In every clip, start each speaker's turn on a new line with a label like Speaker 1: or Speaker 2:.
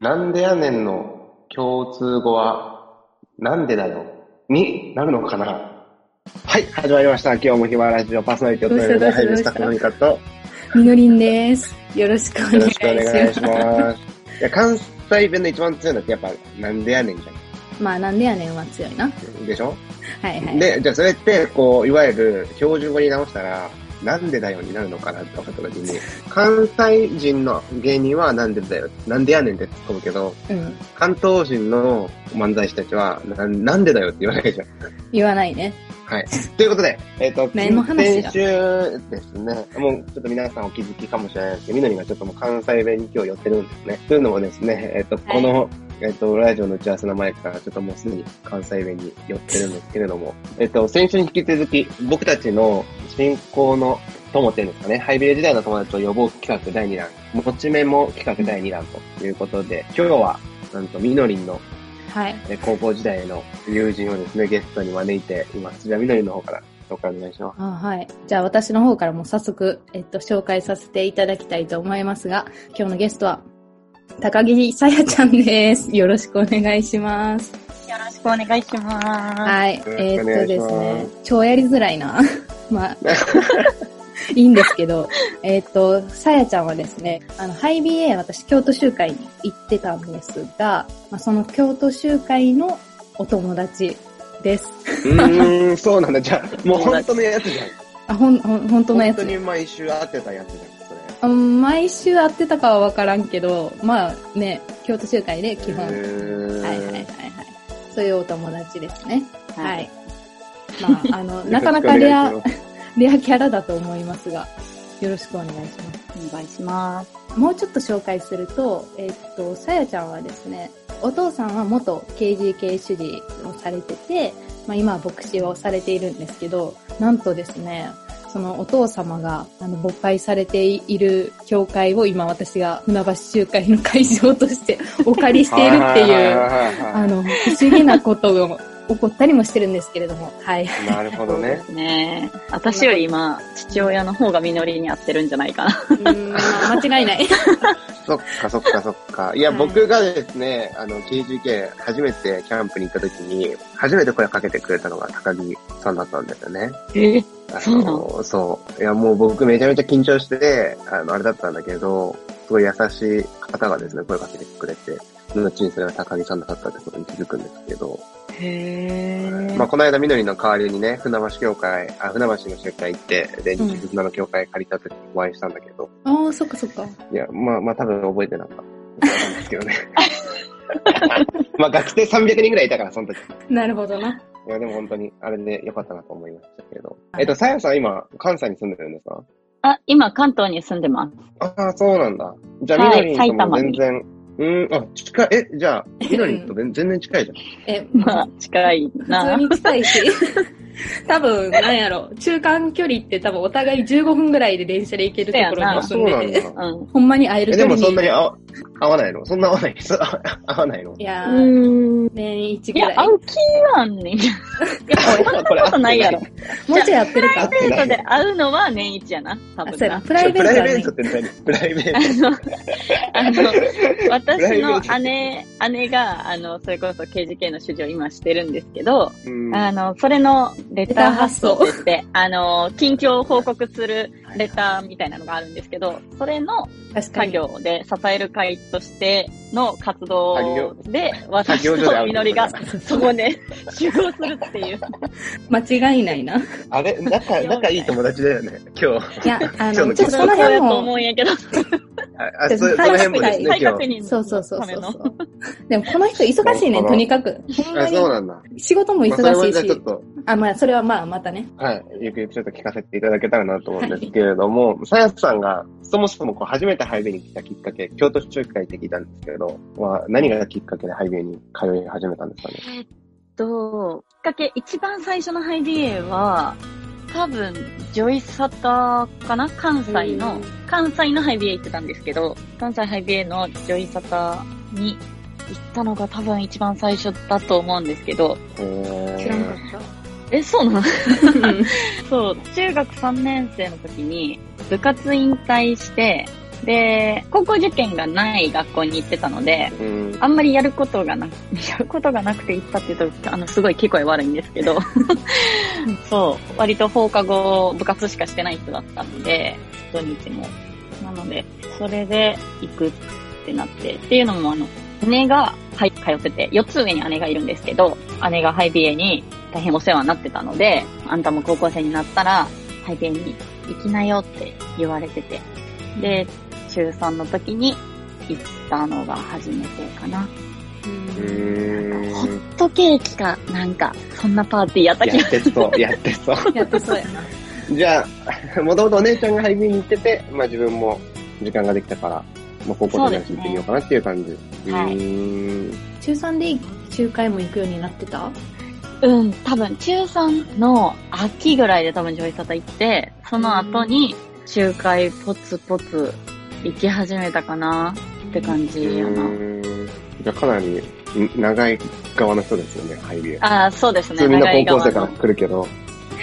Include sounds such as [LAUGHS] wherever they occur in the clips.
Speaker 1: なんでやねんの共通語は、なんでだよになるのかなはい、始まりました。今日もヒマラジオパーソナリティを務める
Speaker 2: どうし
Speaker 1: ハイ
Speaker 2: たど
Speaker 1: ブ
Speaker 2: う
Speaker 1: ス
Speaker 2: し
Speaker 1: タ
Speaker 2: た
Speaker 1: ッフのミカと、よ
Speaker 2: みのりんです。よろしくお願
Speaker 1: ろ
Speaker 2: い
Speaker 1: しくお願い
Speaker 2: し
Speaker 1: し
Speaker 2: ま
Speaker 1: ます。いや、関西弁の一番強いのってやっぱ、なんでやねんじゃ
Speaker 2: す。まあ、なんでやねんは強いな。
Speaker 1: ん。でしょ
Speaker 2: はいはい。
Speaker 1: で、じゃあそれって、こう、いわゆる標準語に直したら、なんでだよになるのかなって思った時に、関西人の芸人はなんでだよ、なんでやねんって突っ込むけど、
Speaker 2: うん。
Speaker 1: 関東人の漫才師たちは、ななんでだよって言わないじゃん。
Speaker 2: 言わないね。
Speaker 1: はい。ということで、えっ、と、
Speaker 2: 何の話だ
Speaker 1: 先週ですね、もうちょっと皆さんお気づきかもしれないですけど、みのりがちょっともう関西弁に今日寄ってるんですね。というのもですね、えっ、と、この、えっ、と、ラジオの打ち合わせの前からちょっともうすでに関西弁に寄ってるんですけれども、えっ、と、先週に引き続き、僕たちの進行の友っていうんですかね、ハイビレ時代の友達を呼ぼう企画第2弾、持ちメモ企画第2弾ということで、今日は、なんとみのりんの
Speaker 2: はい。
Speaker 1: え高校時代の友人をですね、ゲストに招いています。じゃあ、みのりの方から紹介お願いします。
Speaker 2: あはい。じゃあ、私の方からも早速、えっと、紹介させていただきたいと思いますが、今日のゲストは、高木さやちゃんです。よろしくお願いします。
Speaker 3: よろしくお願いしま
Speaker 2: はい。え
Speaker 1: よろしくお
Speaker 2: っと
Speaker 1: 願いし
Speaker 2: で
Speaker 1: ます
Speaker 2: すね、超やりづらいな。 [LAUGHS] まあ、いいんですけど、えっと、さやちゃんはですね、あの、ハイ BA 私京都集会に行ってたんですが、まあ、その京都集会のお友達です。
Speaker 1: うーん、そうなんだ。じゃあ、もう本当のやつじゃん。
Speaker 2: あ、ほん、ほん、本当のやつ
Speaker 1: 本当に毎週会ってたやつじゃん、それ。
Speaker 2: あ毎週会ってたかはわからんけど、まあね、京都集会で基本、
Speaker 1: へー
Speaker 2: はいはいはいはい。そういうお友達ですね。
Speaker 3: す。。
Speaker 2: はいい。まあ、あの、なかなか
Speaker 1: よ
Speaker 2: レ
Speaker 1: ろ
Speaker 2: ア
Speaker 1: しくお願いし、ます
Speaker 2: レアキャラだと思いますが、よろしくお願いしま
Speaker 3: お願いします。
Speaker 2: す。もうちょっと紹介すると、えっと、さやちゃんはですね、お父さんは元 KGK 主事をされてて、まあ、今は牧師をされているんですけど、なんとですね、そのお父様が、あの、勃会されている教会を今私が船橋集会の会場として [LAUGHS] お借りしているって
Speaker 1: はい
Speaker 2: い
Speaker 1: はい
Speaker 2: う、
Speaker 1: はい
Speaker 2: あ
Speaker 1: は
Speaker 2: の、不思議なことが起こったりもしてるんですけれども、はい。
Speaker 1: いなるほどね。
Speaker 3: ねえ私より今、父親の方が実りに合ってるんじゃないかな。
Speaker 2: うん、間違いない。
Speaker 1: そっかそっかそっか。いや、
Speaker 2: はい
Speaker 1: 僕がですね、あの、KGK 初めてキャンプに行った時に、初めて声かけてくれたのが高木さんだったんですよね。
Speaker 3: え
Speaker 1: あ
Speaker 3: そうな
Speaker 1: の、そう。いや、もう僕めちゃめちゃ緊張して、あの、あれだったんだけど、すごい優しい方がですね、声かけてくれて、後にそれが高木さんだったってことに気づくんですけど、
Speaker 3: へ
Speaker 1: まあ、この間、みのりの代わりにね、船橋協会、あ、船橋の集会行って、で、
Speaker 2: うん
Speaker 1: 日船の協会借りた時にお会いしたんだけど、
Speaker 2: [LAUGHS] ああ、そっかそっか。
Speaker 1: いや、まあ、まあ、多分覚えてなかった。なんですけどね。まあ、学生300人ぐらいいたから、その時。
Speaker 2: なるほどな。
Speaker 1: いや、でも本当に、あれで良かったなと思いましたけど。えっと、さやさん今、関西に住んでるんですか
Speaker 3: あ、今関東に住んでます。
Speaker 1: ああ、そうなんだ。じゃあ、
Speaker 3: はい
Speaker 1: みのりんとも全然、うーん、あ、近い、え、じゃあ、みのりんと全全然近いじ
Speaker 2: え、
Speaker 3: まあ、近い
Speaker 2: 普通
Speaker 3: な。
Speaker 2: に近い
Speaker 3: [LAUGHS]
Speaker 2: し、多分、なんやろ、中間距離って多分お互い15分ぐらいで電車で行けるところ
Speaker 1: ゃん。
Speaker 2: に
Speaker 1: あ、そう
Speaker 2: 住
Speaker 1: なんん
Speaker 2: でて、
Speaker 1: だ。
Speaker 3: うん。
Speaker 2: ほんまに会える
Speaker 1: え、
Speaker 2: 距
Speaker 1: で
Speaker 2: 離
Speaker 1: も
Speaker 2: に。
Speaker 1: そんなに合わ合わないのそんな合わないそ合わないの
Speaker 2: [LAUGHS] いやー、
Speaker 3: うん。
Speaker 2: 年一
Speaker 3: い
Speaker 2: ぐら
Speaker 3: や
Speaker 2: い、。
Speaker 3: 会う気はねん。いや、そんなことない
Speaker 1: [LAUGHS]
Speaker 3: やろ。プ
Speaker 2: もうちょいやってる
Speaker 1: 合
Speaker 2: か
Speaker 1: っ。
Speaker 3: ライ
Speaker 1: て
Speaker 3: ベ
Speaker 1: な
Speaker 3: ート
Speaker 1: い
Speaker 3: で会うのは年一やな。多
Speaker 2: あ、
Speaker 3: 分
Speaker 2: そうやな。
Speaker 3: な。
Speaker 2: プライベート
Speaker 1: プライ
Speaker 2: は
Speaker 1: ベー
Speaker 2: ね
Speaker 1: トって何プライベート
Speaker 3: あ。の、 [LAUGHS] あの、私の姉、姉が、あの、それこそ KGK の主事を今してるんですけど、
Speaker 1: うん
Speaker 3: あの、それのレター発送って言って、あの、近況を報告するレターみたいなのがあるんですけど、それの
Speaker 2: 確か
Speaker 3: 作
Speaker 2: に。
Speaker 3: 業で支える会としての活動で、
Speaker 1: 作
Speaker 3: 私
Speaker 1: 業所で会
Speaker 3: と
Speaker 1: う
Speaker 3: みのりがそこで [LAUGHS] 集合するっていう。
Speaker 2: 間違いないな。
Speaker 1: あれ仲、仲いい友達だよね、今日。
Speaker 2: いや、あ
Speaker 1: そう
Speaker 2: の、
Speaker 1: ね
Speaker 2: ちょっとその
Speaker 3: そう
Speaker 2: 辺
Speaker 3: やと思
Speaker 2: も、
Speaker 3: うんやけど、
Speaker 1: あ、あそその
Speaker 2: はい
Speaker 1: 辺もですね
Speaker 3: [LAUGHS] 再、
Speaker 1: 今
Speaker 3: 確
Speaker 1: 日。
Speaker 3: 認
Speaker 2: そうそうそう
Speaker 3: の
Speaker 2: そ
Speaker 3: ため
Speaker 2: う
Speaker 3: の。
Speaker 2: そう。でもこの人忙しいねん、とにかく。ほんま
Speaker 1: あ、そう
Speaker 2: に。
Speaker 1: なんだ。ま
Speaker 2: 仕事も
Speaker 1: あ、それ
Speaker 2: 忙し
Speaker 1: も
Speaker 2: い
Speaker 1: じゃあちょっ
Speaker 2: し。
Speaker 1: と、
Speaker 2: あ、まあ、それはまあ、またね。
Speaker 1: はい、ゆくゆくちょっと聞かせていただけたらなと思うんですけれども、さやさんが、そもそもこう初めてハイベに来たきっかけ、京都市中会って聞いたんですけど、は何がきっかけでハイベに通い始めたんですかね。
Speaker 3: と、きっかけ、一番最初のハイディエは、多分、ジョイサタかな関西
Speaker 2: うん
Speaker 3: の、関西のハイビエ行ってたんですけど、関西ハイビエのジョイサタに行ったのが多分一番最初だと思うんですけど、
Speaker 1: へー
Speaker 2: 知らなかった。
Speaker 3: え、そうなの
Speaker 1: [LAUGHS]
Speaker 2: うん
Speaker 3: そう、中学3年生の時に部活引退して、で、高校受験がない学校に行ってたので、
Speaker 1: うん。
Speaker 3: あんまりやることがなく、やることがなくて行ったって言うと、あの、すごい聞こえ悪いんですけど、そう、割と放課後部活しかしてない人だったんで、土日も。なので、それで行くってなって、っていうのもあの、姉が、はい、通ってて、4つ上に姉がいるんですけど、姉がハイビエに大変お世話になってたので、あんたも高校生になったら、ハイビエに行きなよって言われてて、で、中3の時に行ったのが初めてかな。
Speaker 1: うーん。
Speaker 3: ホットケーキか、なんか、そんなパーティーやった気
Speaker 1: や
Speaker 3: が。
Speaker 1: ってそう、やってそ
Speaker 2: [LAUGHS] やってそうやな。
Speaker 1: う。じゃあ、もともとお姉ちゃんがハイビーに行ってて、まあ自分も時間ができたから、もう高校生に行ってみようかなっていう感じ。う
Speaker 3: はい
Speaker 1: ーん。
Speaker 2: 中3で中回も行くようになってた
Speaker 3: うん、多分、中3の秋ぐらいで多分上位沙汰行って、その後に、集会ポツポツ行き始めたかなって感
Speaker 1: う
Speaker 3: じやな。
Speaker 1: ーん。じゃあかなりん長い側の人ですよね、ハイビー。
Speaker 3: ああ、そうで
Speaker 1: 普
Speaker 3: すね。
Speaker 1: 通みんな
Speaker 3: 長い
Speaker 1: 高
Speaker 3: 側
Speaker 1: 校生
Speaker 3: の
Speaker 1: から来るけど、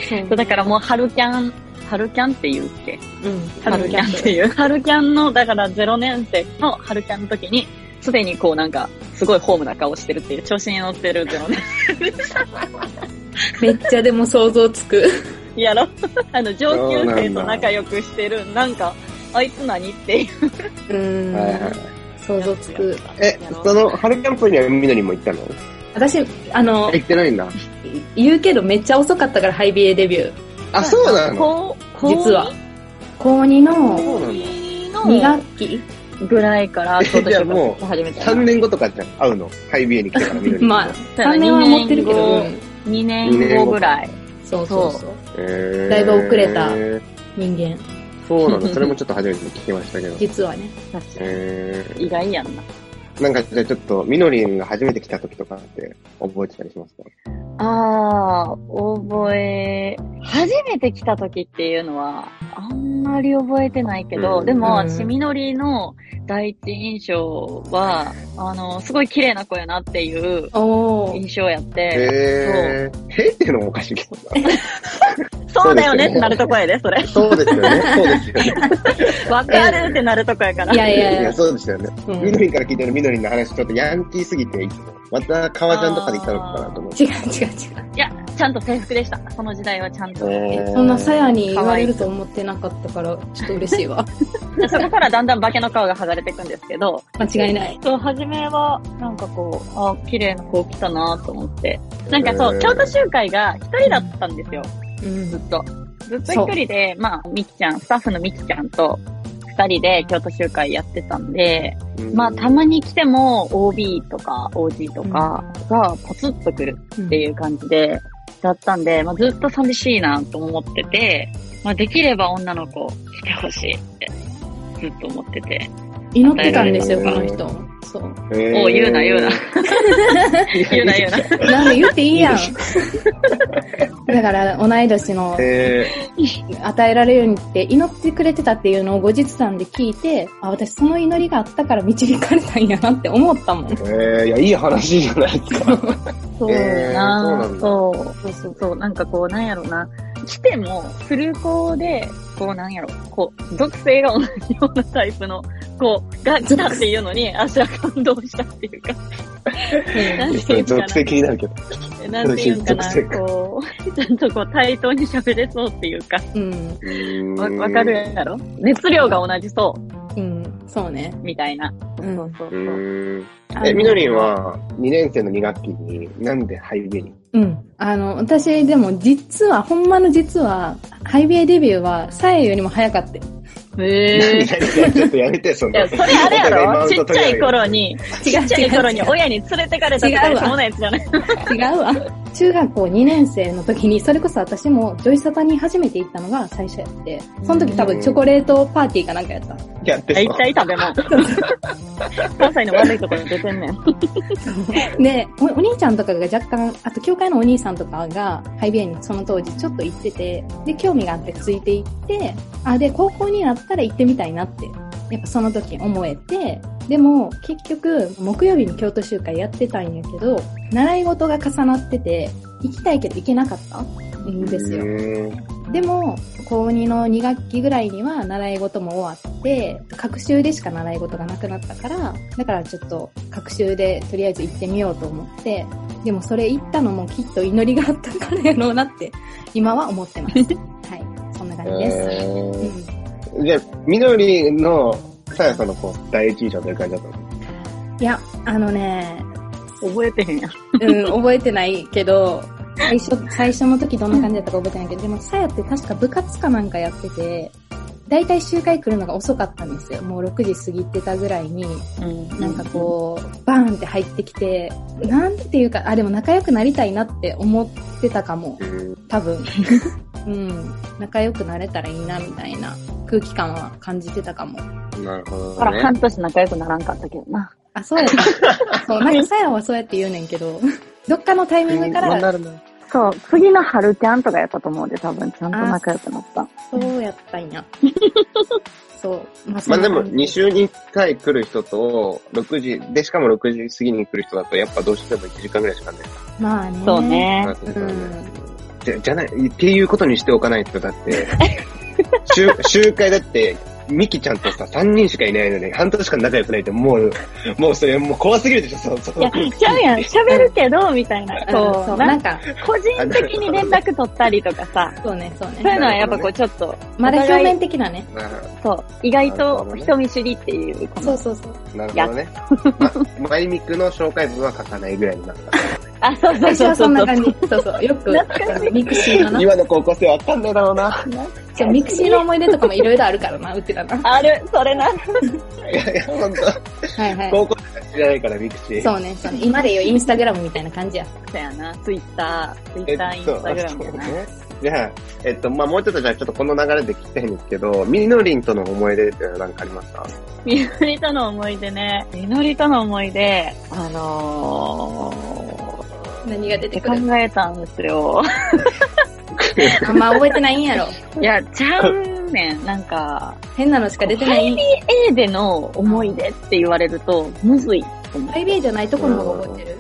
Speaker 2: そう
Speaker 3: そうだからもう、春キャン、春キャンって言うっけ
Speaker 2: うん。
Speaker 3: 春キャンっていう。春キャンの、だから0年生の春キャンの時に、すでにこうなんか、すごいホームな顔してるっていう、調子に乗ってるっていうのね。
Speaker 2: めっちゃでも想像つく。
Speaker 3: やろ [LAUGHS] あの、上級生と仲良くしてる、なんか、あいつ何っていう。
Speaker 2: うん
Speaker 1: はいはい。
Speaker 2: 想像つく。
Speaker 1: え
Speaker 3: やろ、
Speaker 1: その、春キャンプにはみのりも行ったの
Speaker 2: 私、あの、
Speaker 1: 行ってないんだ。
Speaker 2: 言うけどめっちゃ遅かったから、ハイビエデビュー。
Speaker 1: あ、そうなの
Speaker 3: こう、こう
Speaker 2: 実は。高2の
Speaker 1: そうなんだ
Speaker 2: 2
Speaker 3: 2月
Speaker 2: 学期
Speaker 3: ぐらいから、
Speaker 1: えじゃあもう
Speaker 3: 始めた
Speaker 1: 3年後とかじゃん、会うの。ハイビエに来てからみのりに。
Speaker 2: [LAUGHS] まあ、3年は持ってるけど、うん
Speaker 3: 2年後ぐらい。
Speaker 2: そうそうそう。
Speaker 1: えー
Speaker 2: だいぶ遅れた人間。
Speaker 1: そうなの、それもちょっと初めて聞きましたけ
Speaker 2: [LAUGHS]
Speaker 1: ど。
Speaker 2: 実はね。
Speaker 3: 確かに
Speaker 1: え
Speaker 3: 意外やんな。
Speaker 1: ー、なんかじゃあちょっと、みのりんが初めて来た時とかって覚えてたりしますか
Speaker 3: あー、覚え、初めて来た時っていうのは、あんまり覚えてないけど、
Speaker 1: うん
Speaker 3: でも、
Speaker 2: うん
Speaker 3: 私、みのりの第一印象は、あの、すごい綺麗な子やなっていう
Speaker 2: おー。
Speaker 3: 印象やって、
Speaker 1: えー、へーっていうのもおかしいけどな。
Speaker 3: そうだよねってなるとこやで、それ。
Speaker 1: [LAUGHS] そうですよね、そうですよね。
Speaker 3: わかるってなるとこやから。
Speaker 2: [LAUGHS] いやいやいや。
Speaker 1: そうですよね。
Speaker 2: うん
Speaker 1: みのりんから聞いてるみのりんの話、ちょっとヤンキーすぎていつも、また革ジャンとかで来たのかなと思って。
Speaker 2: 違う違う違う。
Speaker 3: いや、ちゃんと制服でした。その時代はちゃんと。
Speaker 1: えー
Speaker 2: そんなさやに言われると思ってなかったから、ちょっと嬉しいわ。
Speaker 3: でそこからだんだん化けの皮が剥がれていくんですけど、
Speaker 2: [LAUGHS] 間違いない。
Speaker 3: そう、初めは、なんかこう、あ、綺麗な子来たなと思って。なんかそ
Speaker 1: えー
Speaker 3: う、京都集会が一人だったんですよ、
Speaker 2: うん
Speaker 3: ずっと。ずっと一人で、まあ、みきちゃん、スタッフのみきちゃんと、二人で京都集会やってたんで、まあ、たまに来ても OB とか OG とかがポツッと来るっていう感じで、だったんで、まあ、ずっと寂しいなと思ってて、まあ、できれば女の子来てほしいって、ずっと思ってて。
Speaker 2: 祈ってたんですよ、
Speaker 1: え
Speaker 2: こ
Speaker 1: ー
Speaker 2: の人。そう。
Speaker 1: えー
Speaker 3: おう言うな言うな。言うな言うな。
Speaker 2: なんで言っていい
Speaker 1: [LAUGHS]
Speaker 2: やん
Speaker 1: いい。
Speaker 2: だから、同い年の
Speaker 1: え
Speaker 2: 与えられるようにって祈ってくれてたっていうのを後日談で聞いて、あ、私その祈りがあったから導かれたんやなって思ったもん。
Speaker 1: ー、えー、いや、いい話じゃないですか。
Speaker 3: そう
Speaker 1: えー
Speaker 3: な
Speaker 1: そ
Speaker 3: そうそうそうそう。なんかこう、なんやろな。来ても、フルコで、こうなんやろ、こう、属性が同じようなタイプの子が来たっていうの [LAUGHS] に、足は感動したっていうか。なんていうかな
Speaker 1: 属。性気になるけど。
Speaker 3: なんていうんかな
Speaker 1: 属性。
Speaker 3: こう、ちゃんとこう、対等に喋れそうっていうか、
Speaker 2: うん。
Speaker 3: わわかるやろ熱量が同じそ
Speaker 2: うん。そうね
Speaker 3: う、。みたいな。
Speaker 2: うん
Speaker 3: そうそう
Speaker 1: う
Speaker 3: そう。
Speaker 1: ーん。
Speaker 2: あの
Speaker 1: え、みのりんは、2年生の2学期に、なんでハイビーに
Speaker 2: うん。あの、私でも実は、ほんまの実は、ハイビエデビューは、サエよりも早かったよ。
Speaker 3: へー [LAUGHS]
Speaker 1: いやいやちょっとやめて、そ
Speaker 3: いや、
Speaker 1: の
Speaker 3: そ。れあれやろちっちゃい頃に、
Speaker 2: 違う
Speaker 3: ちっちゃい頃に
Speaker 2: 違う違う
Speaker 3: 親に連れてかれたみたいなものやつじゃない
Speaker 2: 違うわ。中学校2年生の時に、それこそ私もジョイサタに初めて行ったのが最初やって、その時多分チョコレートパーティーかなんかやった。
Speaker 1: やって
Speaker 3: 大
Speaker 1: そう。
Speaker 3: 体食べ物。関西の悪いところに出てんねん。
Speaker 2: でお、お兄ちゃんとかが若干、あと教会のお兄さんとかが、ハイビエにその当時ちょっと行ってて、で、興味があってついて行って、あ、で、高校になったら行ってみたいなって、やっぱその時思えて、でも、結局、木曜日に京都集会やってたんやけど、習い事が重なってて、行きたいけど行けなかったんですよ。
Speaker 1: うーん
Speaker 2: でも、高2の2学期ぐらいには習い事も終わって、学習でしか習い事がなくなったから、だからちょっと学習でとりあえず行ってみようと思って、でもそれ行ったのもきっと祈りがあったからやろうなって、今は思ってます。はい。そんな感じです。
Speaker 1: え
Speaker 2: う
Speaker 1: ー
Speaker 2: ん
Speaker 1: じゃあ、緑のさやさんのこう第一印象という感じだったの
Speaker 2: いや、あのね、
Speaker 3: 覚えてへんやん。
Speaker 2: うん、覚えてないけど、最初、最初の時どんな感じだったか覚えてないけど、でも、さやって確か部活かなんかやってて、だいたい集会来るのが遅かったんですよ。もう6時過ぎてたぐらいに、
Speaker 3: うん
Speaker 2: なんかこう、バーンって入ってきて、なんていうか、あ、でも仲良くなりたいなって思ってたかも。
Speaker 1: うん
Speaker 2: 多
Speaker 1: [LAUGHS]
Speaker 2: 分。うん。仲良くなれたらいいな、みたいな空気感は感じてたかも。
Speaker 1: なるほ
Speaker 3: う
Speaker 1: ど
Speaker 3: から
Speaker 1: ね
Speaker 3: 半。年仲良くならんかったけどな。
Speaker 2: あ、
Speaker 1: [LAUGHS]
Speaker 2: そうやった。そう、なんかさやはそうやって言うねんけど、 [LAUGHS] どっかのタイミングから、
Speaker 1: なるな。
Speaker 3: そう、次の春キャンとかやったと思うんで、多分ちゃんと仲良くなった。
Speaker 2: そうやったんや。そう。まあ
Speaker 1: まあでも、
Speaker 2: 2
Speaker 1: 2週に1回来る人と、6時、で、しかも6時過ぎに来る人だと、やっぱどうしても1時間ぐらいしかね。
Speaker 2: まあね。
Speaker 3: そう。ね。
Speaker 1: 話せない
Speaker 2: うん
Speaker 1: じゃ、じゃない、っていうことにしておかないと、だって、集集会だって、ミキちゃんとさ、3人しかいないのに、半年間仲良くないって、もう、もうそれ、もう怖すぎるでしょ、そう、 [LAUGHS] そう。
Speaker 3: いや、ちゃうやん。喋るけど、みた [LAUGHS] いな。
Speaker 2: そうそ
Speaker 3: こ
Speaker 2: う。
Speaker 3: う、
Speaker 2: な
Speaker 3: なんんか
Speaker 2: か、
Speaker 3: 個人的に連絡取ったりとかさ、
Speaker 2: そうね、そう
Speaker 3: そうい
Speaker 2: ね。
Speaker 3: うのはやっぱこうちょっと、
Speaker 2: まだ
Speaker 3: お互
Speaker 2: 表
Speaker 3: い
Speaker 2: 面的なね。
Speaker 1: ま
Speaker 3: そう、意外と人見知りっていう、こ
Speaker 2: そ
Speaker 3: の
Speaker 2: うそうそう。
Speaker 1: あなるほどね。ま、マイミクの紹介文は書かないぐらいになっ
Speaker 3: あ、そうそう
Speaker 2: 私
Speaker 3: そう
Speaker 2: は [LAUGHS]
Speaker 3: そ
Speaker 2: そん
Speaker 3: う
Speaker 2: な感じ。そうそう。よく、ミクシーの
Speaker 1: た。
Speaker 2: な。
Speaker 1: 今の高校生わかんないだろうな。
Speaker 2: そうミクシーの思い出とかもいろいろあるからな、うちらな。
Speaker 3: ある、それな。
Speaker 1: いやいや、ほんと。
Speaker 2: はいは
Speaker 1: 高校生が知らないから、ミクシ
Speaker 2: い。
Speaker 1: ー。
Speaker 2: そうね、そうね。今で言うインスタグラムみたいな感じや。
Speaker 3: そうやな。ツイッター、ツイ
Speaker 1: え
Speaker 3: ッ
Speaker 1: っ
Speaker 3: ター、インスタグラム
Speaker 1: と
Speaker 3: や
Speaker 1: そう
Speaker 3: な。
Speaker 1: ね。じゃあ、えっと、まあ、もうちょっとじゃあ、ちょっとこの流れで聞きたいんですけど、みのりんとの思い出って何かありますか
Speaker 3: [LAUGHS] みのりとの思い出ね。みのりとの思い出、あのー、
Speaker 2: 何が出て
Speaker 3: って
Speaker 2: くる
Speaker 3: 考えたんです
Speaker 2: [LAUGHS]
Speaker 3: よ。
Speaker 2: あんま覚えてないんやろ。
Speaker 3: いや、ちゃうねん。なんか、
Speaker 2: 変なのしか出てない。
Speaker 3: A での思い出って言われると、むずいと思
Speaker 2: ハイビーじゃないところの方が覚えてる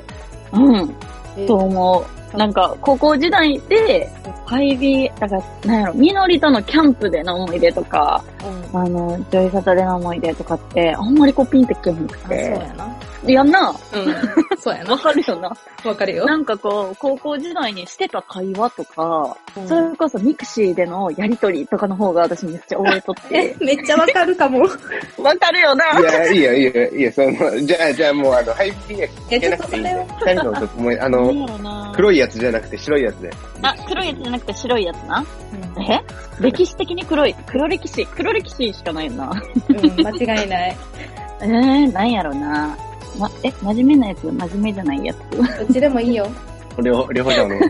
Speaker 3: う。うん。
Speaker 2: えー
Speaker 3: と思う。なんか、高校時代で、ハイビー、だから、なんやろ、みのりとのキャンプでの思い出とか、
Speaker 2: うん。あ、
Speaker 3: あの、ジョイサタでの思い出とかって、あんまりこうピンってけへんく
Speaker 2: そう
Speaker 3: て。
Speaker 2: やな。
Speaker 3: やんな。
Speaker 2: うん。そうや
Speaker 3: わ
Speaker 2: な。
Speaker 3: かるよな。
Speaker 2: わかるよ。
Speaker 3: なんかこう、高校時代にしてた会話とか、
Speaker 2: うん
Speaker 3: それこそミクシーでのやりとりとかの方が私めっちゃ覚えとっ
Speaker 2: え
Speaker 3: て。、
Speaker 2: めっちゃわかるか [LAUGHS] も。
Speaker 3: わかるよない
Speaker 1: や、いいよ、いいよ、いいよ、その、じゃあ、じゃあもう、あの、ハイビーは聞けなくていいん
Speaker 2: いや
Speaker 1: で
Speaker 2: ちょっ、
Speaker 1: 二人のちょっと [LAUGHS] もう、あ
Speaker 3: なん
Speaker 1: の、
Speaker 3: やろな
Speaker 1: 黒いやつじゃなくて白いやつで。
Speaker 3: あ、黒いやつじゃなくて白いやつな。
Speaker 2: うん
Speaker 3: え歴史的に黒い。黒歴史。黒歴史しかないよな。
Speaker 2: うん、間違いない。
Speaker 3: えー、なんやろな。ま、え、真面目なやつ真面目じゃないやつ
Speaker 2: どっちでもいいよ。
Speaker 1: 両両方じゃお願いし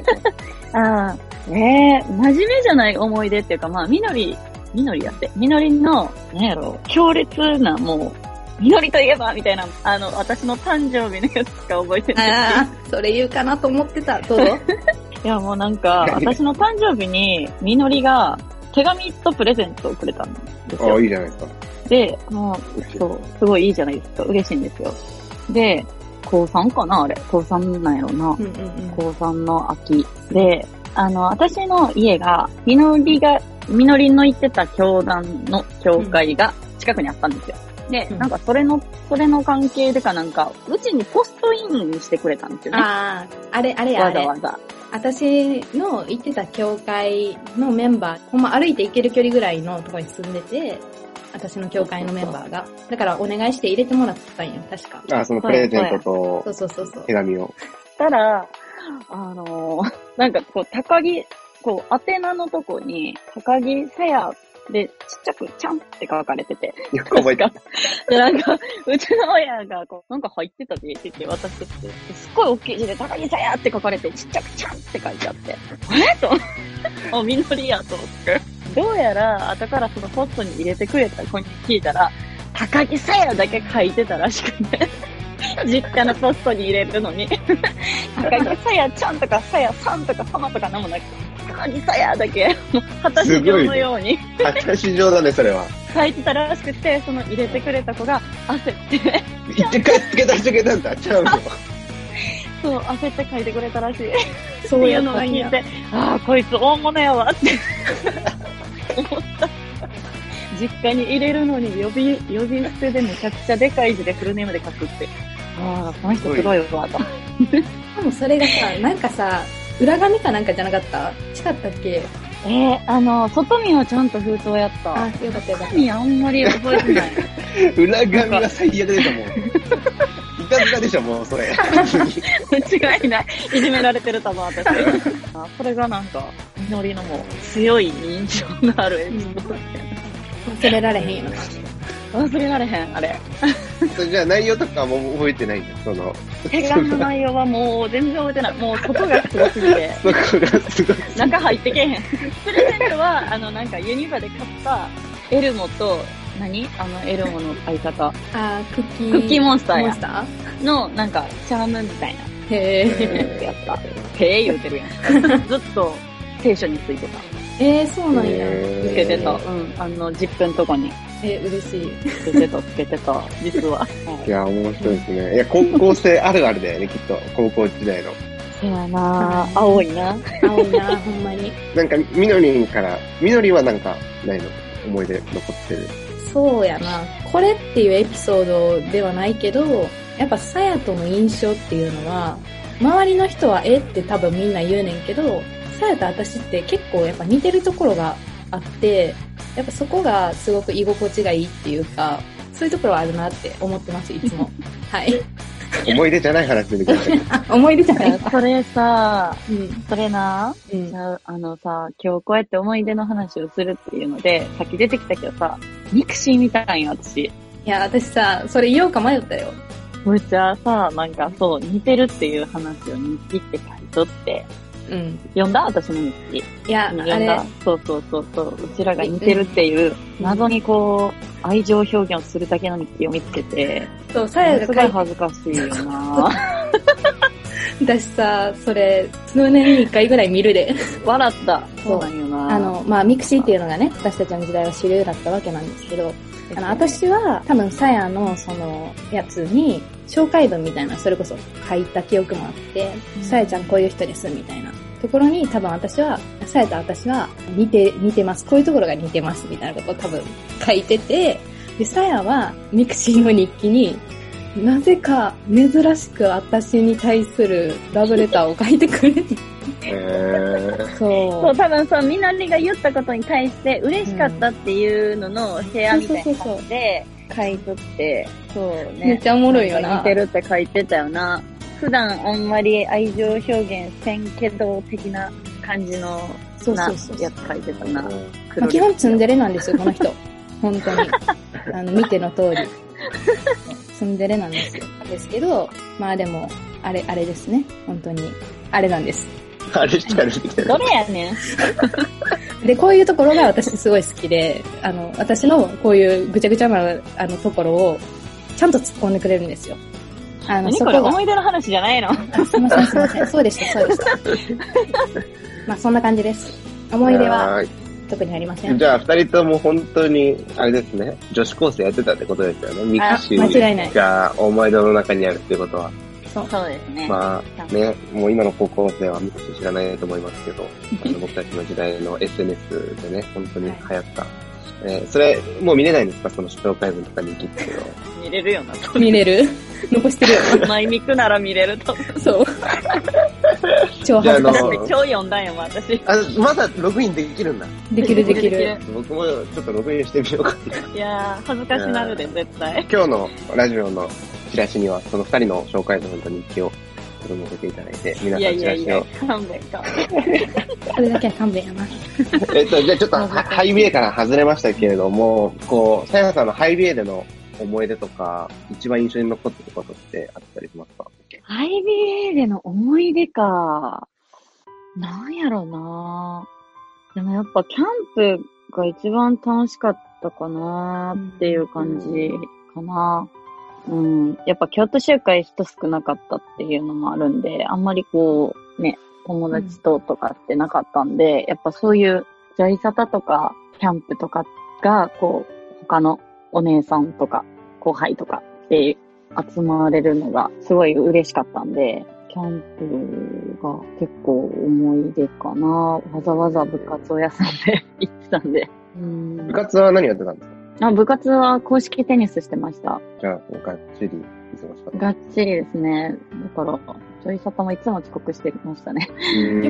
Speaker 3: ああ、ねえ、真面目じゃない思い出っていうか、まあ、みのり、みのりやって、みのりの、なんやろ、強烈な、もう、みのりといえば、みたいな、あの、私の誕生日のやつしか覚えてない。
Speaker 2: ああ、それ言うかなと思ってた。どうぞ。
Speaker 3: いや、もうな
Speaker 2: [LAUGHS]
Speaker 3: んか、私の誕生日に、みのりが、手紙とプレゼントをくれたんです
Speaker 1: ます。あ、
Speaker 3: よ。
Speaker 1: いいじゃないですか。
Speaker 3: で、もう、そう、すごいいいじゃないですか。嬉しいんですよ。で、高3かなあれ。高3なんやろな。
Speaker 2: うんうん
Speaker 3: 高3の秋で、あの、私の家が、みのりが、みのりの行ってた教団の教会が近くにあったんですよ。で、
Speaker 2: うん
Speaker 3: なんかそれの、それの関係でかなんか、うちにポストインにしてくれたんですよね。
Speaker 2: ああ、あれ、あれや、あ
Speaker 3: わざ
Speaker 2: れ。
Speaker 3: わざ。
Speaker 2: 私の行ってた教会のメンバー、ほんま歩いて行ける距離ぐらいのとこに住んでて、私の教会のメンバーが。だからお願いして入れてもらったんよ、確か。
Speaker 1: あ、そのプレゼント
Speaker 2: そ
Speaker 1: と
Speaker 2: うそうそうそう
Speaker 1: 手。紙を。
Speaker 3: したら、あのーなんかこう、高木、こう、宛名のとこに、高木さやで、ちっちゃくちゃんって書かれてて、
Speaker 1: よく覚えてる。
Speaker 3: [LAUGHS] で、なんか、うちの親が、こう、なんか入ってたでって言って渡してきて、すっごい大きい字で、高木さやって書かれて、ちっちゃくちゃんって書いてあって、えと思 [LAUGHS] って、お、みのりやと思って。どうやら、後からそのポットに入れてくれた子に聞いたら、高木さやだけ書いてたらしくて、 [LAUGHS] 実家のポストに入れるのに、 [LAUGHS] 高木さやちゃんとか、さやさんとか、さまとかなんもなく、高木さやだけ、もう、果たし状のように、
Speaker 1: 私上だね、それは。
Speaker 3: 書いてたらしくて、その入れてくれた子が焦って、
Speaker 1: 行って帰ってけたしてけたんだ。ちゃうよ。
Speaker 3: そう、焦って書いてくれたらしい。っ
Speaker 2: そ
Speaker 3: て
Speaker 2: う
Speaker 3: い
Speaker 2: や
Speaker 3: う
Speaker 2: っ
Speaker 3: のを
Speaker 2: たん
Speaker 3: 聞
Speaker 2: や
Speaker 3: い。て、ああ、こいつ大物やわって思った。実家に入れるのに呼び、呼び捨てでめちゃくちゃでかい字でフルネームで書くって。ああ、この人すごいわ、と。
Speaker 2: でもそれが [LAUGHS] さ、なんかさ、裏紙かなんかじゃなかった違ったっけ
Speaker 3: えー、あの、外見はちゃんと封筒やった。
Speaker 2: あ、よかったよかっ
Speaker 3: 中身あんまり覚えてない。
Speaker 1: 裏紙が最悪でしょ、もう。いたずらでしょ、もう、それ。
Speaker 3: 間違いない。いじめられてると思う、私。あこれがなんか、みのりのもう強い印象のあるエピソード。
Speaker 2: た。忘れられへんよな。
Speaker 3: 忘れられへん、あれ。
Speaker 1: それじゃあ、内容とかも覚えてないんだ。その、
Speaker 3: 手紙の内容はもう全然覚えてない。もうことがすごすぎ [LAUGHS] て。
Speaker 1: そこがすごい。
Speaker 3: 中入ってけへん。プレゼントは、あの、なんかユニバで買ったエルモと、何あの、エルモの相方
Speaker 2: あー、クッキー。
Speaker 3: クッキーモンスターや
Speaker 2: モンスタ
Speaker 3: の、なんか、チャームみたいな。
Speaker 2: ーへ
Speaker 3: やった。へえ言うてるや [LAUGHS] ん。ずっと、聖書についてた。
Speaker 2: え。えー、そうなんや。え
Speaker 1: えー
Speaker 3: つけてた。うん。あの、10分とこに。
Speaker 2: ー、嬉しい。
Speaker 3: つけてた、つけてた。実 [LAUGHS] は。
Speaker 1: いや、面白いですね。いや、高校生あるあるだよね、きっと。高校時代の。
Speaker 3: そうやな青いな
Speaker 2: 青いな、ほんまに。
Speaker 1: なんか、みのりんから、みのりはなんか、ないの思い出残ってる。
Speaker 2: そうやな。これっていうエピソードではないけど、やっぱさやとの印象っていうのは、周りの人はえって多分みんな言うねんけど、さやと私って結構やっぱ似てるところがあって、やっぱそこがすごく居心地がいいっていうか、そういうところはあるなって思ってます、いつ [LAUGHS] も。はい。
Speaker 1: 思い出じゃない話出てきましたけ
Speaker 2: あ、思い出じゃない。
Speaker 3: それさ、
Speaker 2: うん。
Speaker 3: それな、
Speaker 2: うん
Speaker 3: じ。ゃあ、あのさ、今日こうやって思い出の話をするっていうので、さっき出てきたけどさ、ミクシーみたいんよ、私。
Speaker 2: いや、私さ、それ言おうか迷ったよ。
Speaker 3: むっちゃさ、なんかそう、似てるっていう話を日記って書いとって、
Speaker 2: うん。
Speaker 3: 読んだ私の日記。
Speaker 2: いや、あ
Speaker 3: 読んだ
Speaker 2: れ、
Speaker 3: そうそうそうそう、うちらが似てるっていう、謎にこう、愛情表現をするだけの日記を見つけて、
Speaker 2: そう、さやが
Speaker 3: すご
Speaker 2: 書
Speaker 3: い
Speaker 2: い
Speaker 3: 恥ずかしいよ [LAUGHS] な
Speaker 2: たしさ、それ、数年に一回ぐらい見るで。
Speaker 3: 笑った。そうなんよな
Speaker 2: あの、まあ、ミクシーっていうのがね、私たちの時代は主流だったわけなんですけど、あの、私は多分、さやのその、やつに、紹介文みたいな、それこそ書いた記憶もあって
Speaker 3: う、ん
Speaker 2: さやちゃんこういう人です、みたいな。ところに多分私は、さやと私は似て、似てます。こういうところが似てます、みたいなことを多分書いてて、で、さやはミクシーの日記に、なぜか珍しく私に対するラブレターを書いてくれて、
Speaker 1: ど。え
Speaker 2: [LAUGHS] そ
Speaker 3: [LAUGHS] そうう、。多分そう、みなりが言ったことに対して、嬉しかったっていうのの部屋みたいな感じで、書いとって、そうね。
Speaker 2: めっちゃおもろいよな。
Speaker 3: んか似てるって書いてたよな。普段あんまり愛情表現せんけど、的な感じの、
Speaker 2: そう
Speaker 3: な
Speaker 2: そうそう、
Speaker 3: やつ書いてたな。
Speaker 1: ー、
Speaker 2: まあ基本ツンデレなんですよ、この人。本当
Speaker 3: [LAUGHS]
Speaker 2: に。あの、見ての通り。ツンデレなんですよ。ですけど、まあでも、あれ、あれですね。本当に。あれなんです。
Speaker 1: あれしか出てきてない
Speaker 3: ど。れやねん。
Speaker 2: で、こういうところが私すごい好きで、あの、私のこういうぐちゃぐちゃな、あの、ところを、ちゃんと突っ込んでくれるんですよ。あの、
Speaker 3: 何
Speaker 2: そ
Speaker 3: こ
Speaker 2: こ
Speaker 3: れ
Speaker 2: が。
Speaker 3: 思い出の話じゃないの
Speaker 2: あすいません、すいません。そうでした、そうでした。まあ、そんな感じです。思い出は
Speaker 1: ーい
Speaker 2: 特にありません。
Speaker 1: じゃあ、二人とも本当に、あれですね、女子高生やってたってことですよね。ミクシ
Speaker 2: あ間違いない
Speaker 1: ーが思い出の中にあるってことは。
Speaker 2: そう。
Speaker 3: そうですね
Speaker 1: まあね、もう今の高校生はミクシー知らないと思いますけ [LAUGHS] ど、あの僕たちの時代の SNS でね、本当に流行った。えーそれ、もう見れないんですかその紹介文とかに切ってよ。
Speaker 3: 見れるよな。
Speaker 2: 見れる残してるよ。
Speaker 3: マイミクなら見れると思う。
Speaker 2: そう。超
Speaker 1: じゃああの
Speaker 2: 恥ずか
Speaker 3: だ
Speaker 2: し
Speaker 3: って今日読んだんよ、私。
Speaker 1: [LAUGHS] あ、まだログインできるんだ。
Speaker 2: い。できるでき
Speaker 3: でき
Speaker 2: る
Speaker 3: る。
Speaker 1: 僕もちょっとログインしてみようか [LAUGHS] な。
Speaker 3: いやー、恥ずかしなるで、絶対。
Speaker 1: 今日のラジオのチラシには、その二人の紹介文と日記をちょっと載せていただいて、皆
Speaker 3: い
Speaker 1: さ
Speaker 3: や
Speaker 1: ん
Speaker 3: い
Speaker 1: チ
Speaker 3: や
Speaker 1: ラ
Speaker 3: い
Speaker 1: シ
Speaker 3: や
Speaker 1: を。、
Speaker 3: 勘弁か。
Speaker 2: それだけは勘弁やな。
Speaker 1: [LAUGHS] えっと、じゃあちょっとはハイビエから外れましたけれども、こう、さやさんのハイビエでの思い出とか、一番印象に残ってることってあったりしますか
Speaker 3: IBA での思い出か。なんやろな。でもやっぱキャンプが一番楽しかったかなっていう感じかな。うん。やっぱ京都集会人少なかったっていうのもあるんで、あんまりこう、ね、友達ととかってなかったんで、やっぱそういうジャイサタとかキャンプとかが、こう、他のお姉さんとか後輩とかって集まれるのがすごい嬉しかったんで、キャンプが結構思い出かな。わざわざ部活を休んで [LAUGHS] 行ってたんで。うん
Speaker 1: 部活は何やってたんですか
Speaker 3: あ部活は公式テニスしてました。
Speaker 1: じゃあ、もうがっちり忙しかった。
Speaker 3: がっちりですね。だから、ジョイサタもいつも遅刻してましたね。
Speaker 2: で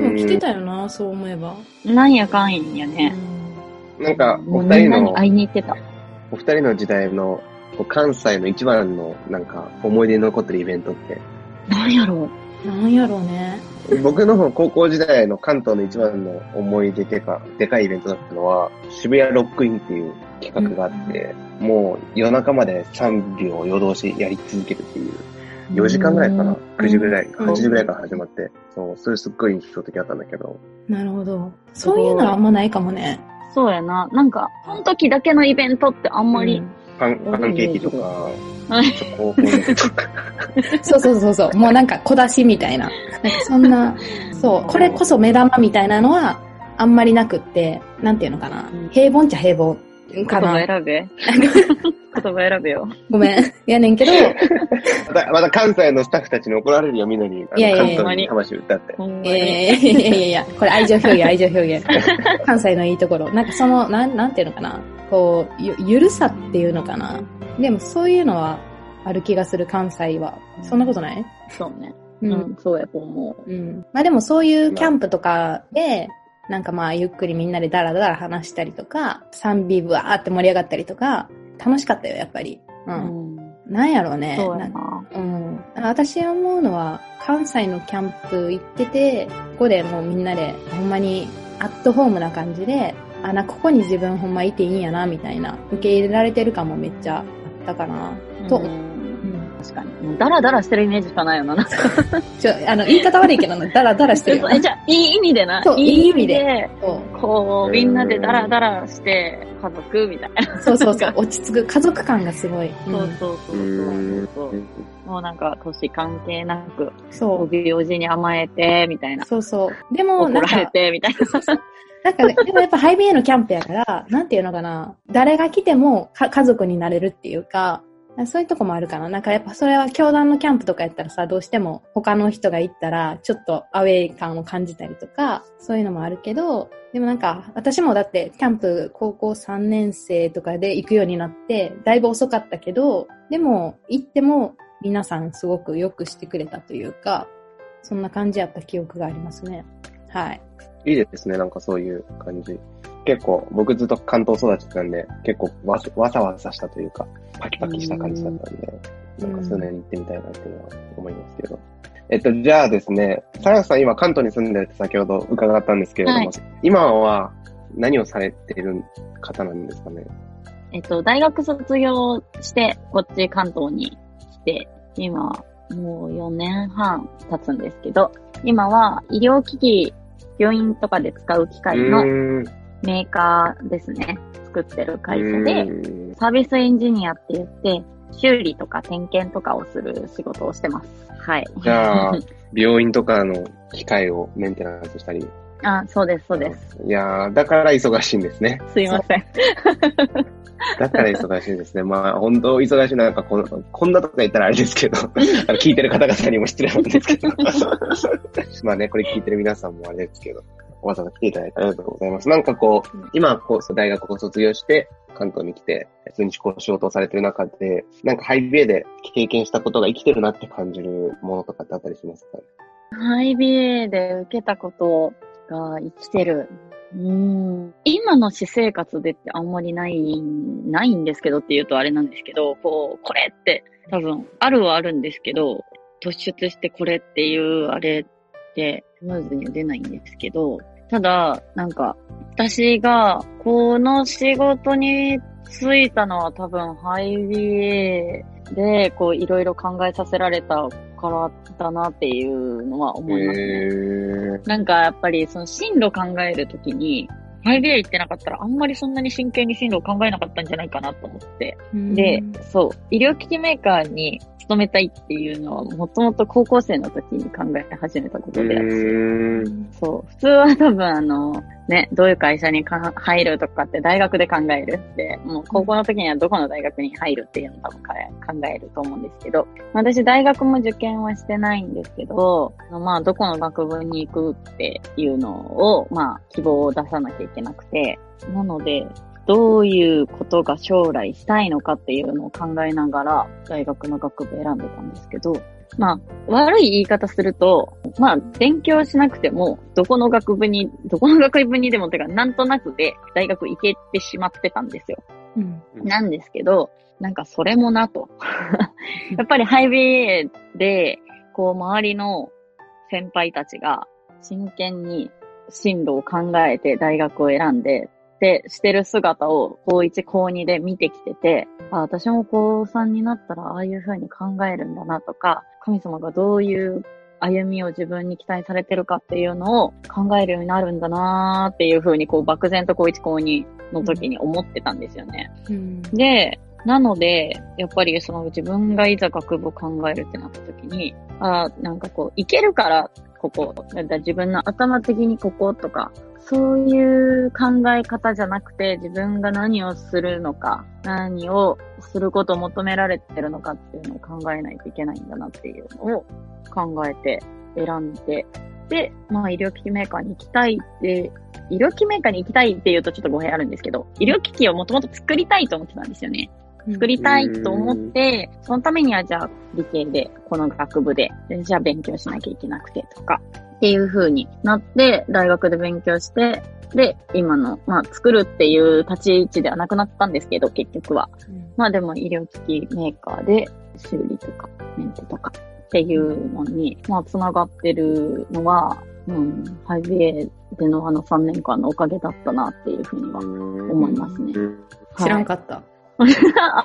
Speaker 1: で
Speaker 2: も来てたよな、そう思えば。
Speaker 3: なんやかんやね。
Speaker 1: なんか、
Speaker 3: も
Speaker 1: お
Speaker 3: う
Speaker 1: 二
Speaker 3: みん
Speaker 1: 人
Speaker 3: なに
Speaker 1: の、
Speaker 3: 会いに行ってた。
Speaker 1: お二人の時代の、こう関西の一番の、なんか、思い出に残ってるイベントって、
Speaker 3: なんやろ
Speaker 2: なんやろうね。
Speaker 1: 僕の高校時代の関東の一番の思い出てか、でかいイベントだったのは、渋谷ロックインっていう企画があって、もう夜中まで3秒夜通しやり続けるっていう、
Speaker 3: う。
Speaker 1: 4時間ぐらいかな
Speaker 3: う、
Speaker 1: 9時ぐらい、
Speaker 2: うん
Speaker 1: 8時ぐらいから始まって、そう、それすっごい印象的だったんだけど、
Speaker 2: なるほど。そういうのはあんまないかもね。
Speaker 3: んそうやな。なんか、その時だけのイベントってあんまり、
Speaker 1: パン、パンケーキとか
Speaker 3: うん、
Speaker 1: チョコフォンデとか、
Speaker 2: [LAUGHS] そうそうそうそう。もうなんか小出しみたいな。なんかそんな、そう、これこそ目玉みたいなのはあんまりなくって、なんていうのかな
Speaker 3: うん。
Speaker 2: 平凡っちゃ平凡
Speaker 3: 言
Speaker 2: か
Speaker 3: 葉
Speaker 2: な。
Speaker 3: 選 [LAUGHS] べ。言葉選べよ。
Speaker 2: ごめん。やねんけど、
Speaker 1: また、また関西のスタッフたちに怒られるよ、みのり。あの
Speaker 2: いやいやいや
Speaker 1: 関東に魂歌って。
Speaker 3: ほんま
Speaker 2: い
Speaker 3: に。
Speaker 2: やいやいやいやいや、これ愛情表現、愛情表現。関西のいいところ。なんかその、なん、なんていうのかな。こう、ゆ、ゆるさっていうのかな。でもそういうのはある気がする、関西は。そんなことない
Speaker 3: そうね。
Speaker 2: う
Speaker 3: うん、そうやと思
Speaker 2: うん。まあでもそういうキャンプとかで、なんかまあゆっくりみんなでダラダラ話したりとか、賛美ブワーって盛り上がったりとか、楽しかったよ、やっぱり。う
Speaker 3: う。
Speaker 2: ん。
Speaker 3: ん。
Speaker 2: なんやろうね。
Speaker 3: そう
Speaker 2: な
Speaker 3: や
Speaker 2: んか
Speaker 3: な。
Speaker 2: うん。私が思うのは、関西のキャンプ行ってて、ここでもうみんなで、ほんまにアットホームな感じで、あ、な、ここに自分ほんまいていいんやな、みたいな。受け入れられてる感もめっちゃあったかな。と
Speaker 3: うん
Speaker 2: うん。
Speaker 3: 確かに。もうダラダラしてるイメージしかないよな。なんか
Speaker 2: ちょ、あの、言い方悪いけど
Speaker 3: [LAUGHS]
Speaker 2: な、ダラダラしてるよ
Speaker 3: え
Speaker 2: な。
Speaker 3: じゃあ、いい意味でな。
Speaker 2: そういい意味で
Speaker 3: いで。
Speaker 2: そう
Speaker 3: こう、みんなでダラダラして、家族みたいな。
Speaker 2: そうそうそう、落ち着く。家族感がすごい。うん
Speaker 3: そうそうそうそうそうう。
Speaker 1: ん
Speaker 3: もうなんか、年関係なく、
Speaker 2: そ。
Speaker 3: お病児に甘えて、みたいうな。
Speaker 2: そうそう。でも、
Speaker 3: 怒
Speaker 2: なん
Speaker 3: られ
Speaker 2: か、
Speaker 3: て、みたいな。
Speaker 2: なんかね、でもやっぱハイビエのキャンプやから、なんていうのかな、誰が来てもか家族になれるっていうか、そういうとこもあるかな。なんかやっぱそれは教団のキャンプとかやったらさ、どうしても他の人が行ったら、ちょっとアウェイ感を感じたりとか、そういうのもあるけど、でもなんか、私もだってキャンプ高校3年生とかで行くようになって、だいぶ遅かったけど、でも行っても皆さんすごくよくしてくれたというか、そんな感じやった記憶がありますね。はい。
Speaker 1: いいですね、なんかそういう感じ。結構、僕ずっと関東育ちなんで、結構わわさわさしたというか、パキパキした感じだったんで、
Speaker 2: う
Speaker 1: なんんかそういうのに行ってみたいなっていうのは思いますけど。えっと、じゃあですね、さやさん今関東に住んでるって先ほど伺ったんですけれども、
Speaker 3: はい
Speaker 1: 今は何をされてる方なんですかね
Speaker 3: えっと、大学卒業して、こっち関東に来て、今、もう4年半経つんですけど、今は医療機器、病院とかで使う機械の
Speaker 1: うーん
Speaker 3: メーカーですね。作ってる会社で、
Speaker 1: うーん
Speaker 3: サービスエンジニアって言って、修理とか点検とかをする仕事をしてます。はい。
Speaker 1: じゃあ、病院とかの機械をメンテナンスしたり。
Speaker 3: [LAUGHS] あ、そうです、そうです。
Speaker 1: いやー、だから忙しいんですね。
Speaker 3: すいません。
Speaker 1: だから忙しいですね。 [LAUGHS] まあ、本当忙しいのはなんかこの、こんなとか言ったらあれですけ
Speaker 3: [LAUGHS]
Speaker 1: ど、あの聞いてる方々にも失礼なんですけど。 [LAUGHS] まあね、これ聞いてる皆さんもあれですけど、わざわざ来ていただいてありがとうございます。なんかこう、今こう、大学を卒業して、関東に来て、普通にこう仕事をされてる中で、なんかハイビエで経験したことが生きてるなって感じるものとかってあったりしますか
Speaker 3: ハイビエで受けたことが生きてる。うん今の私生活でってあんまりない、ないんですけどって言うとあれなんですけど、こう、これって多分あるはあるんですけど、突出してこれっていうあれってスムーズには出ないんですけど、ただ、なんか、私がこの仕事に就いたのは多分ハイビエで、こういろいろ考えさせられたからだなっていうのは思いますね。
Speaker 1: ー。
Speaker 3: なんかやっぱりその進路考えるときに、5A 行ってなかったらあんまりそんなに真剣に進路を考えなかったんじゃないかなと思って。で、そう、医療機器メーカーに勤めたいっていうのは、もともと高校生の時に考え始めたことであって、
Speaker 1: う
Speaker 3: そう。普通は多分あの、ね、どういう会社にか入るとかって大学で考えるって、もう高校の時にはどこの大学に入るっていうのを多分か考えると思うんですけど、私大学も受験はしてないんですけど、まあどこの学部に行くっていうのを、まあ希望を出さなきゃいけなくて、なので、どういうことが将来したいのかっていうのを考えながら、大学の学部選んでたんですけど、まあ、悪い言い方すると、まあ、勉強しなくても、どこの学部に、どこの学部にでも、てか、なんとなくで、大学行けてしまってたんですよ。
Speaker 2: うん。
Speaker 1: ん
Speaker 3: なんですけど、なんかそれもなと。やっぱりハイビーで、こう周りの先輩たちが真剣に進路を考えて大学を選んで、ってしてる姿を高1、高2で見てきてて、あ、私も高3になったらああいう風に考えるんだなとか、神様がどういう歩みを自分に期待されてるかっていうのを考えるようになるんだなーっていう風にこう漠然と高1、高2の時に思ってたんですよね。
Speaker 2: うん。
Speaker 3: で、なので、やっぱりその自分がいざ学部を考えるってなった時に、あーなんかこう、いけるからここ、なんか自分の頭的にこことか、そういう考え方じゃなくて、自分が何をするのか、何をすることを求められてるのかっていうのを考えないといけないんだなっていうのを考えて選んで、で、まあ医療機器メーカーに行きたいって医療機器メーカーに行きたいっていうとちょっと語弊あるんですけど、医療機器をもともと作りたいと思ってたんですよね。作りたいと思って、そのためにはじゃあ理系で、この学部で、でじゃあ勉強しなきゃいけなくてとか、っていう風になって、大学で勉強して、で、今の、まあ、作るっていう立ち位置ではなくなったんですけど、結局は。
Speaker 2: うん
Speaker 3: まあでも医療機器メーカーで修理とかメンテとかっていうのに、まあ繋がってるのは、うん、ハイビエでのあの3年間のおかげだったなっていうふうには思いますね。
Speaker 2: 知らん
Speaker 3: か
Speaker 2: かった。
Speaker 3: [LAUGHS]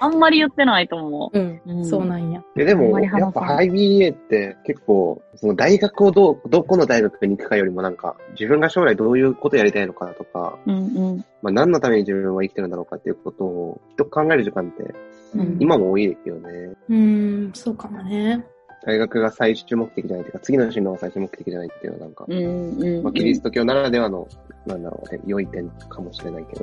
Speaker 3: あんまり言ってないと思
Speaker 2: うん。
Speaker 3: うん
Speaker 2: そうなんや。
Speaker 1: えで
Speaker 3: あん
Speaker 1: も、
Speaker 3: まり話
Speaker 1: や
Speaker 3: さ
Speaker 1: っ
Speaker 3: な
Speaker 1: ぱ
Speaker 3: い
Speaker 1: IBA って結構、その大学をどう、どこの大学に行くかよりもなんか、自分が将来どういうことやりたいのかとか、
Speaker 3: う。うんうん。
Speaker 1: まあ何のために自分は生きてるんだろうかっていうことを、きっと考える時間って
Speaker 2: うん
Speaker 1: 今も多いですよね。
Speaker 2: うーん、そうかもね。
Speaker 1: 大学が最終目的じゃないというか、次の進路が最終目的じゃないっていうのはなんか、
Speaker 3: うんうん。
Speaker 1: まあ、キリスト教ならではの、なんだろうね、良い点かもしれないけ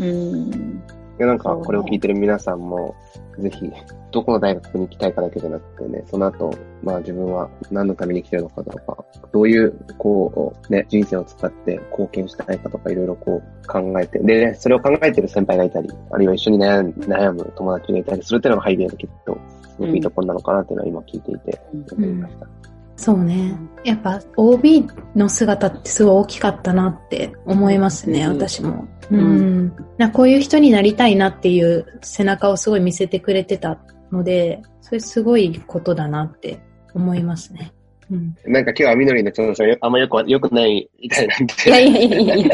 Speaker 1: ど、い
Speaker 3: うん。
Speaker 1: やなんか
Speaker 3: そうね
Speaker 1: これを聞いてる皆さんも、ぜひ、どこの大学に行きたいかだけじゃなくてね、その後、まあ自分は何のために生きてるのかとか、どういう、こう、ね、人生を使って貢献したいかとか、いろいろこう考えて、でね、それを考えてる先輩がいたり、あるいは一緒に悩ん悩む友達がいたりするっていうのがハイデアのきっと、すごくいいところなのかなっていうのは今聞いていて思いました。
Speaker 2: そうね。やっぱ OB の姿ってすごい大きかったなって思いますね、
Speaker 3: うん
Speaker 2: 私も。う。
Speaker 3: うんん
Speaker 2: なんかこういう人になりたいなっていう背中をすごい見せてくれてたので、それすごいことだなって思いますね。うん。
Speaker 1: なんか今日はみのりの調子はよあんまよくわ、よくないみたいなんで。
Speaker 2: いやいやいやいやい [LAUGHS] や。い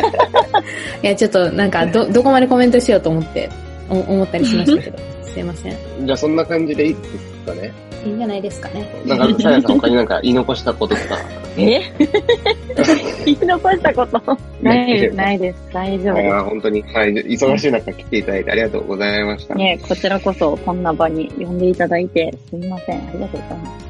Speaker 2: や、ちょっとなんかど、どこまでコメントしようと思って、お思ったりしました [LAUGHS] けど。すいません。い
Speaker 1: じゃあそんな感じでいいですかね。
Speaker 2: いんじゃないですかね。
Speaker 1: なんか、さやさん他になんか言い残したこととか。
Speaker 3: [LAUGHS] え言い残したことない、ないです。大丈夫
Speaker 1: い
Speaker 3: で
Speaker 1: や本当に、はい、忙しい中来ていただいてありがとうございました。
Speaker 3: す。ねこちらこそこんな場に呼んでいただいてすみません。ありがとうございます。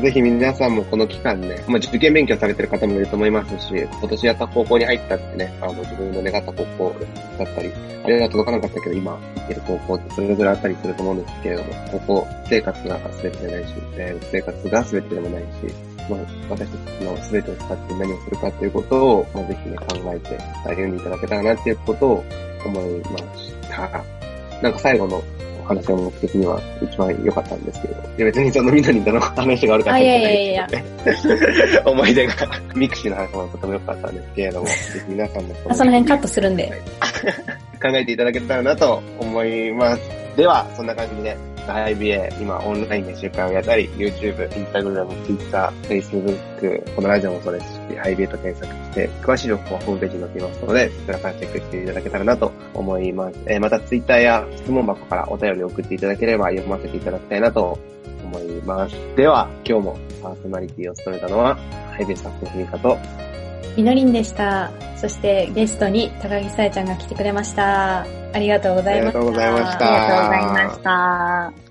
Speaker 1: ぜひ皆さんもこの期間ね、まあ、受験勉強されてる方もいると思いますし、今年やった高校に入ったってね、あの、自分の願った高校だったり、あれが届かなかったけど、今行ってる高校ってそれぞれあったりすると思うんですけれども、高校生活が全てでないし、大学生活が全てでもないし、まあ、私たちの全てを使って何をするかということを、まあ、ぜひね、考えて歩んでいただけたらなっていうことを思いました。なんか最後のお話の目的には一番良かったんですけど、いや別にそのみのりとの話があるから
Speaker 2: あ、いやいや
Speaker 1: 関係ない
Speaker 2: やいや。
Speaker 1: [LAUGHS] 思い出が、ミクシーの話もとても良かったんですけれども、ぜひ皆さんも
Speaker 2: あその辺カットするんで。
Speaker 1: 考えていただけたらなと思います。では、そんな感じで、IBA、今オンラインで習慣をやったり、YouTube、Instagram、Twitter、Facebook、このラジオもそうですし、IBA と検索して、詳しい情報はホームページに載っていますので、そちらからチェックしていただけたらなと思います。えーまた Twitter や質問箱からお便りを送っていただければ読ませていただきたいなと思います。では、今日もパーソナリティを務めたのは、IBA スタッフのふみかと、
Speaker 2: みのりんでした。そしてゲストに高木さやちゃんが来てくれました。ありがとうご
Speaker 1: あ
Speaker 2: ざい
Speaker 1: りが
Speaker 2: ました。
Speaker 1: とうございました。
Speaker 3: ありがとうございました。